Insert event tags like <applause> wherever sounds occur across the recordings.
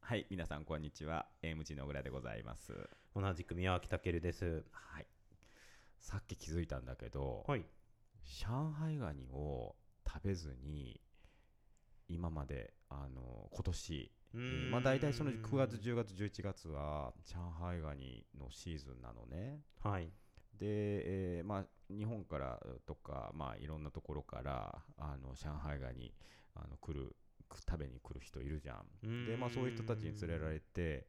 はい、皆さんこんにちは。AMG の小倉でございます。同じく宮脇健です。はい。さっき気づいたんだけど、はい。上海ガニを食べずに、今まで、あの、今年、まあ大体その9月、10月、11月は、上海ガニのシーズンなのね。はい。で、えーまあ、日本からとか、まあ、いろんなところからあの上海ガニあの来るく食べに来る人いるじゃん。で、まあ、そういう人たちに連れられて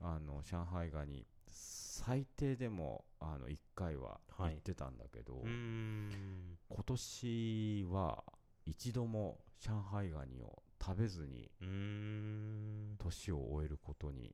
あの上海ガニ最低でもあの1回は行はいってたんだけど、うーん。今年は一度も上海ガニを食べずにうーん。年を終えることに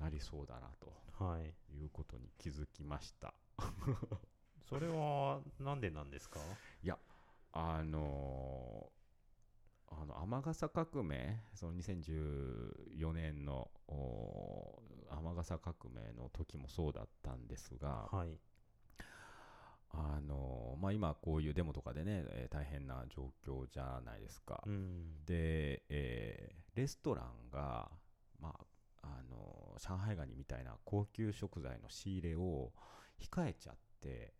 なりそうだなとはい。いうことに気づきました。それは、なんでなんですかあのーあの天笠革命その2014年のおー天笠革命の時もそうだったんですが、はい。あのーまあ、今こういうデモとかでね、えー大変な状況じゃないですか、うん。で、えーレストランが、まああのー上海ガニみたいな高級食材の仕入れを控えちゃって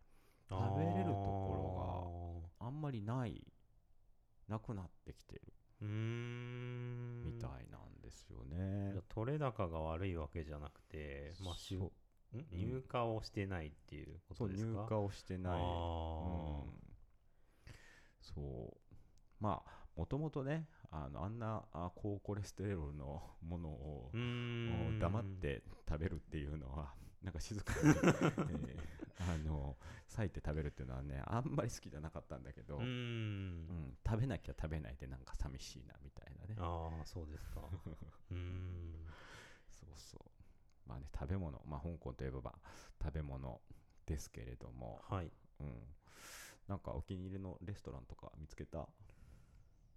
食べれるとこあんまりないなくなってきてる。ろが。うーん。みたいなんですよねじゃ。あ。取れ高が悪いわけじゃなくて、まあ、しゅそうん入荷をしてないっていうこそうとですか入荷をしてない。うあん、そうまあもともとねあのあんなあ高コレステロールのものをー、うーん。黙っ。て食べるっていうのはなんか静か <laughs> に、えーあの割いて食べるっていうのはねあんまり好きじゃなかったんだけど、うーんう。ん食べなきゃ食べないでなんか寂しいなみたいなねああ、そうで <laughs> すか。うーん。そうそう。まあね、食べ物、まあ、香港といえばまあ食べ物ですけれども、はい。うん。なんかお気に入りのレストランとか見つけた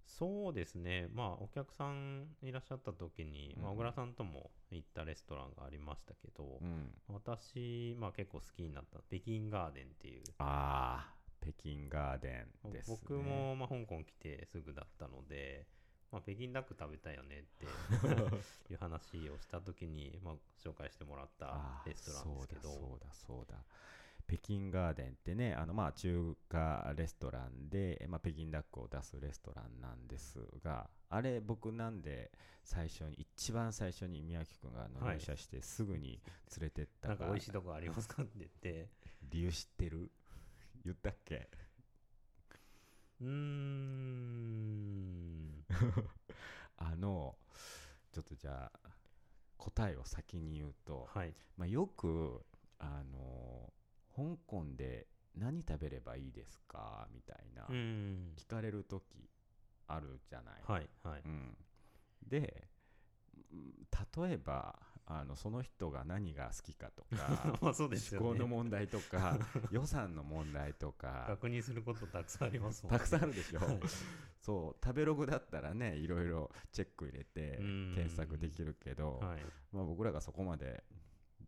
そうですね、まあ、お客さんいらっしゃった時に、まあうん小倉さんとも行ったレストランがありましたけど、ん。私、まあ、結構好きになった、北京ガーデンっていう、ああ、北京ガーデンです、ね。僕も、まあ、香港来てすぐだったので、まあ、北京ダック食べたいよ <laughs> ねっていう話をした時に、まあ、紹介してもらったあーレストランですけど、そうだそうだそうだ北京ガーデンってねあのまあ中華レストランで、まあ、北京ダックを出すレストランなんですがあれ僕なんで最初に一番最初に宮城君があのはい入社してすぐに連れてったなんか美味しいいとこありますかって言って、理由知ってる言ったっけうーん、あのちょっとじゃあ答えを先に言うと、はい、まあ、よくあの香港で何食べればいいですかみたいな、うーん、聞かれる時あるじゃない。はい、はい、うん、でうん例えばあのその人が何が好きかとか <laughs> まあ <laughs> そうですよね。思考の問題と <laughs> か予算の問題とか確認すること <laughs> たくさんありますもんたくさんあるでしょ、はいそう食べログだったらねいろいろチェック入れてうん検索できるけど、はい。まあ、僕らがそこまで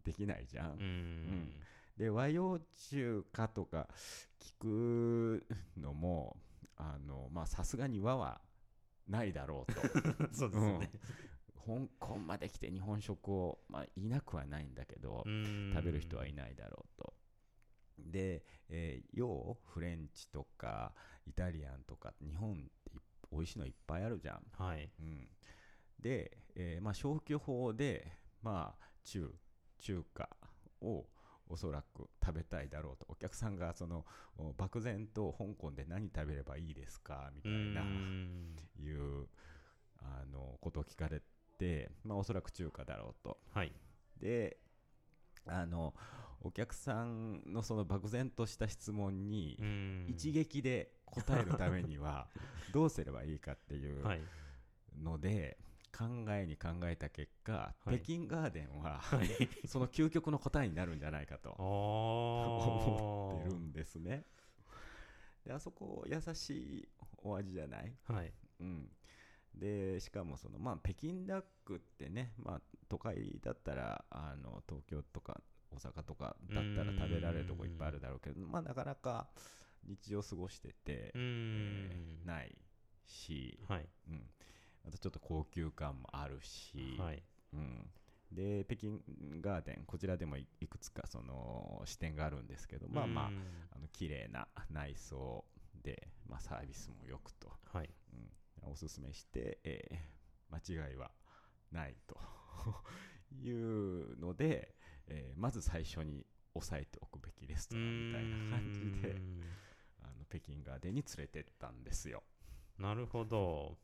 できないじゃん、うーん。で和洋中華とか聞くのもあのまあさすがに和はないだろうと <laughs> そうですよね。香港まで来て日本食を、まあ、いなくはないんだけど、食べる人はいい。ないだろうと。で、えー洋フレンチとかイタリアンとか日本っていっ美味しいのいっぱいあるじゃん。はい。うん、で、えーまあ、消去法で、まあ、中中華をおそらく食べたいだろうとお客さんがそのお漠然と香港で何食べればいいですかみうたいー。なんいうあのことを聞かれて、まあ、おそらく中華だろうと。はい。であのお客さんのその漠然とした質問にうーん一撃で答えるためにはどうすればいいかっていうはい。ので考えに考えた結果、はい北京ガーデンは <laughs> その究極の答えになるんじゃないかああ。と <laughs> 思思ってるんですね。であそこ優しいお味じゃない、はい。うん、でしかもその、まあ、北京ダックってね、まあ、都会だったらあの東京とか大阪とかだったら食べられるとこいっぱいあるだろうけど、まあ、なかなか日常過ごしててう、えーん。ーないし、はい。うん、またちょっと高級感もあるし、はい。うん、で北京ガーデンこちらでもいいくつかその支店があるんですけどまあまあ、あの綺麗な内装で、まあ、サービスもよくと、あ。はい。うん、おすすめして、えー間違いはないと <laughs> いうので、えーまず最初に押さえておくべきレストランみたいな感じでうーんあの北京ガーデンに連れてったんですよ。なるほど。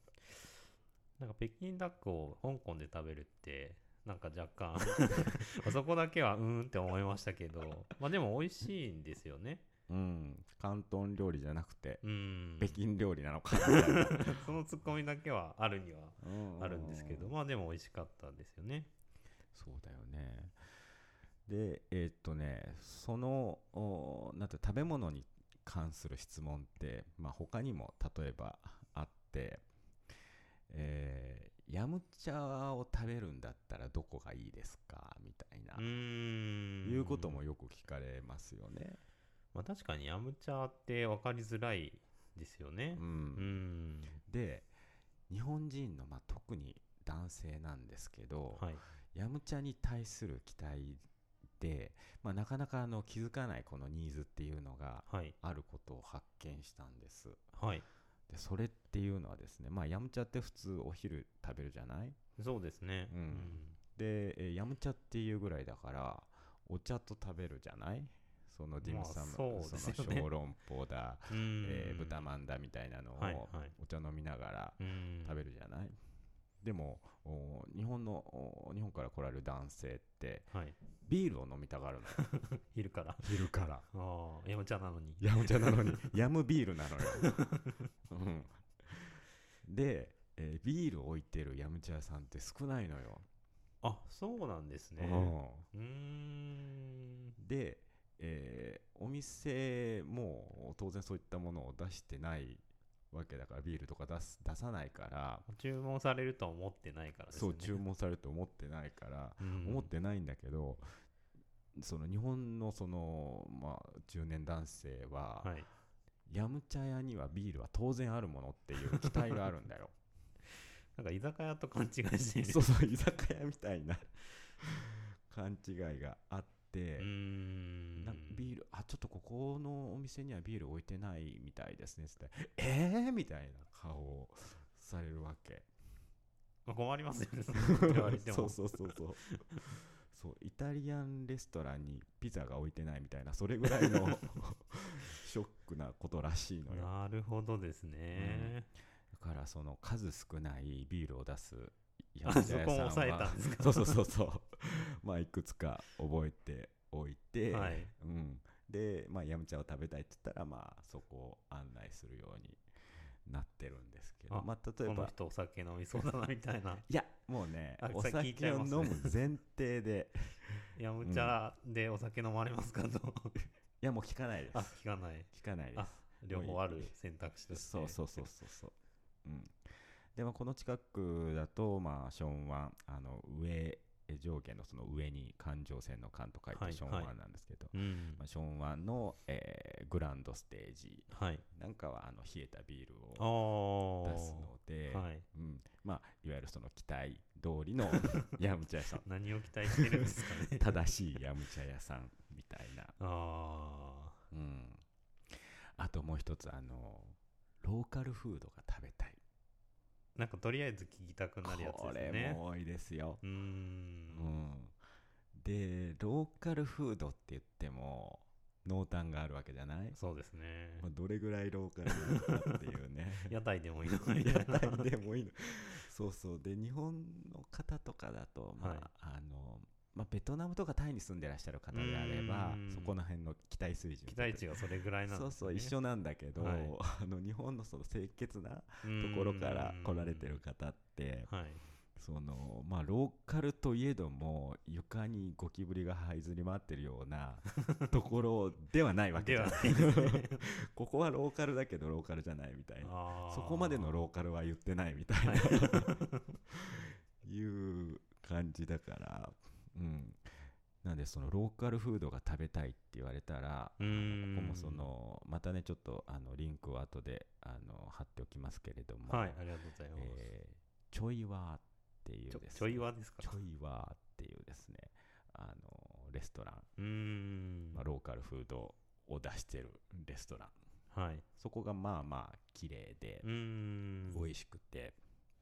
なんか北京ダックを香港で食べるって、なんか <laughs> 若干、そこだけはうーんって思いましたけど、まあでも美味しいんですよね。うん、広東料理じゃなくてうーん。北京料理なのかなみたいなそのツッコミだけはあるにはうん <laughs> あるんですけど、まあでも美味しかったですよね。そうだよね。で、えーっとね、その、おなんて食べ物に関する質問って、まあ、他にも例えばあって、えーヤムチャを食べるんだったらどこがいいですかみたいうな、ーん。いうこともよく聞かれますよね。まあ確かにヤムチャって分かりづらいですよねう。、うんん。で、日本人の、まあ、特に男性なんですけど、はい。ヤムチャに対する期待で、まあ、なかなかあの気づかないこのニーズっていうのがはい。あることを発見したんですはい。でそれっていうのはですねまあヤムチャって普通お昼食べるじゃないそうですね。うんで、えーヤムチャっていうぐらいだからお茶と食べるじゃないそのディムサム、まあそうですよねの小籠包だ、うん。 <laughs> うんえー豚まんだみたいなのをはいはいお茶飲みながらうん食べるじゃない、でもお日本のお日本から来られる男性ってはい。ビールを飲みたがるの昼から。昼から。ああ、ヤムチャなのに。ヤムチャなの <laughs> に、ヤムビールなのよ。うん、で、えービール置いてるヤムチャ屋さんって少ないのよ。あ、そうなんですね。ううーん。んで、えーお店も当然そういったものを出してないわけだから、ビールとか出す出さないから、注文されるとは思ってないからですそようね。注文されると思ってないから、うん。思ってないんだけど、その日本のその、まあ、中年男性は、はい。ヤムチャ屋にはビールは当然あるものっていう期待があるんだ <laughs> よ。なんか居酒屋と勘違いしてる。そうそう、居酒屋みたいな勘違いがあっうてー、ん。なビール、あ、ちょっとここのお店にはビール置いてないみたいですねつって、えーみたいな顔をされるわけ。まあ困りますよね。そんなこと言われても。そうそうそうそう。そうイタリアンレストランにピザが置いてないみたいなそれぐらいの <laughs> ショックなことらしいのよ。なるほどですね。だからその数少ないビールを出すあヤムチそャこ屋もさん抑えたはんですか。そうそうそう <laughs> そうまあいくつか覚えておいて、はい。うん、で、まあ、ヤムチャを食べたいって言ったらまあそこを案内するようになってるんですけどあまあ例えこのば人お酒飲みそうだなみたい <laughs> な。いやもうねあおさっき言っち酒ゃいをます飲ねむ前提でヤムチャでお酒飲まれますかと。いやもう聞かないであ、す聞かない。聞かないであす、両方ある選択肢として。そうそうそうそうそう。うん、でもこの近くだと、まあ、ションワン、あの上、え上下のその上に環状線の間と書いはいてションワンなんですけど、うんま。あ、ションワンの、えーグランドステージはい。なんかはあの冷えたビールあをあ。出すので、はい。うんまあ、いわゆるその期待通りの <laughs> ヤムチャ屋さん、。何を期待してるんですかね正しいヤムチャ屋さんみたいな。 <laughs> あうん、あともう一つ、あの、ローカルフードが食べたい。あ。なんかとりあえず聞きたくなるやつこですれね。も多いですよ。ううー。んでローカルフードって言っても濃淡があるわけじゃない、そうですね。まあ、どれぐらいローカルなのかっていうね屋台でも <laughs> いいのみたい屋な。台でもいいのそうそうで日本の方とかだと、まあはいあのまあ、ベトナムとかタイに住んでらっしゃる方であればうーんそこら辺の期待水準 <laughs> 期待値がそれぐらいなんです、そうね、そう一緒なんだけど、はいあの日本のその清潔なとところから来られてる方ってはいそのまあローカルといえども床にゴキブリが這いずり回ってるよう <laughs> なところではないわけじでゃはなないいですねここはローカルだけどローカルじゃないみたいな <laughs> あーそこまでのローカルは言ってないみた <laughs> いな、い、う感じだからうんなんでそのローカルフードが食べたいって言われたらうーんここもそのまたねちょっとあのリンクを後であの貼っておきますけれども、はいありがとうございます、えーちょいわーっっていうちょです、ね、ちょいわですかちょいわっていうですねあのレストラン、うーんまあ、ローカルフードを出してるレストランはいそこがまあまあ綺麗でうーん美味しくて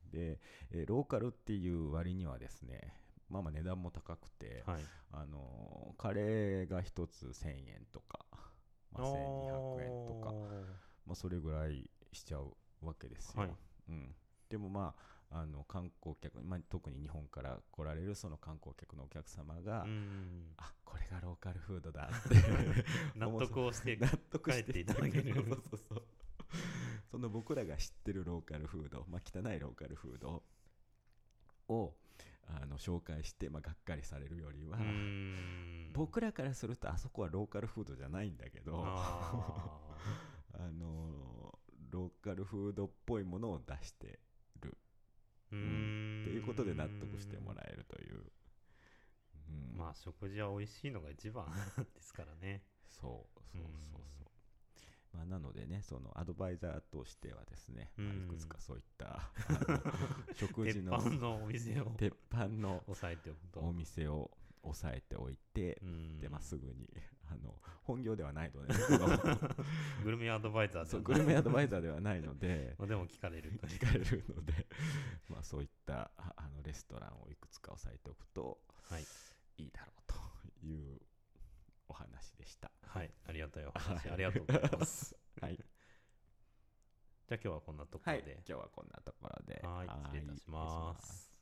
で、えーローカルっていう割にはですねまあまあ値段も高くて、はいあのーカレーが1つ1000円とか、まあ、1200円とか、まあ、それぐらいしちゃうわけですよ、はいうん、でもまああの観光客、まあ、特に日本から来られるその観光客のお客様あが、ーうーんあこれがローカルフードだって納得をして <laughs> 納得して帰っていただけるそうそうそうその僕らが知ってるローカルフード、まあ、汚いローカルフードをあの紹介して、まあ、がっかりされるよりは、うー <laughs> ん僕らからするとあそこはローカルフードじゃないんだけどああのローカルフードっぽいものを出してる <laughs> ーうーとんいうことで納得してもらえるという、うんまあ食事は美味しいのが一番ですから <laughs> ねそうそううんそうそう、まあ、なのでねそのアドバイザーとしてはですね、まあうんいくつかそういった <laughs> あの食鉄事の板のお店を鉄板の押さえておくとお店を押さえておいてう、んでまあ、すぐにあの本業ではないので、僕の <laughs> グルメアドバイザーそうでグはなルいメアドバイザーではないのでまあでも聞かれるという聞かれるのでまあそういったああのレストランをいくつか押さえておくとはいいいだろうというお話でした。はいありがたいおは話いありがとうございます <laughs> はいじゃあ今日はこんなとこはろいで、今日はこんなところで。はい失礼いたします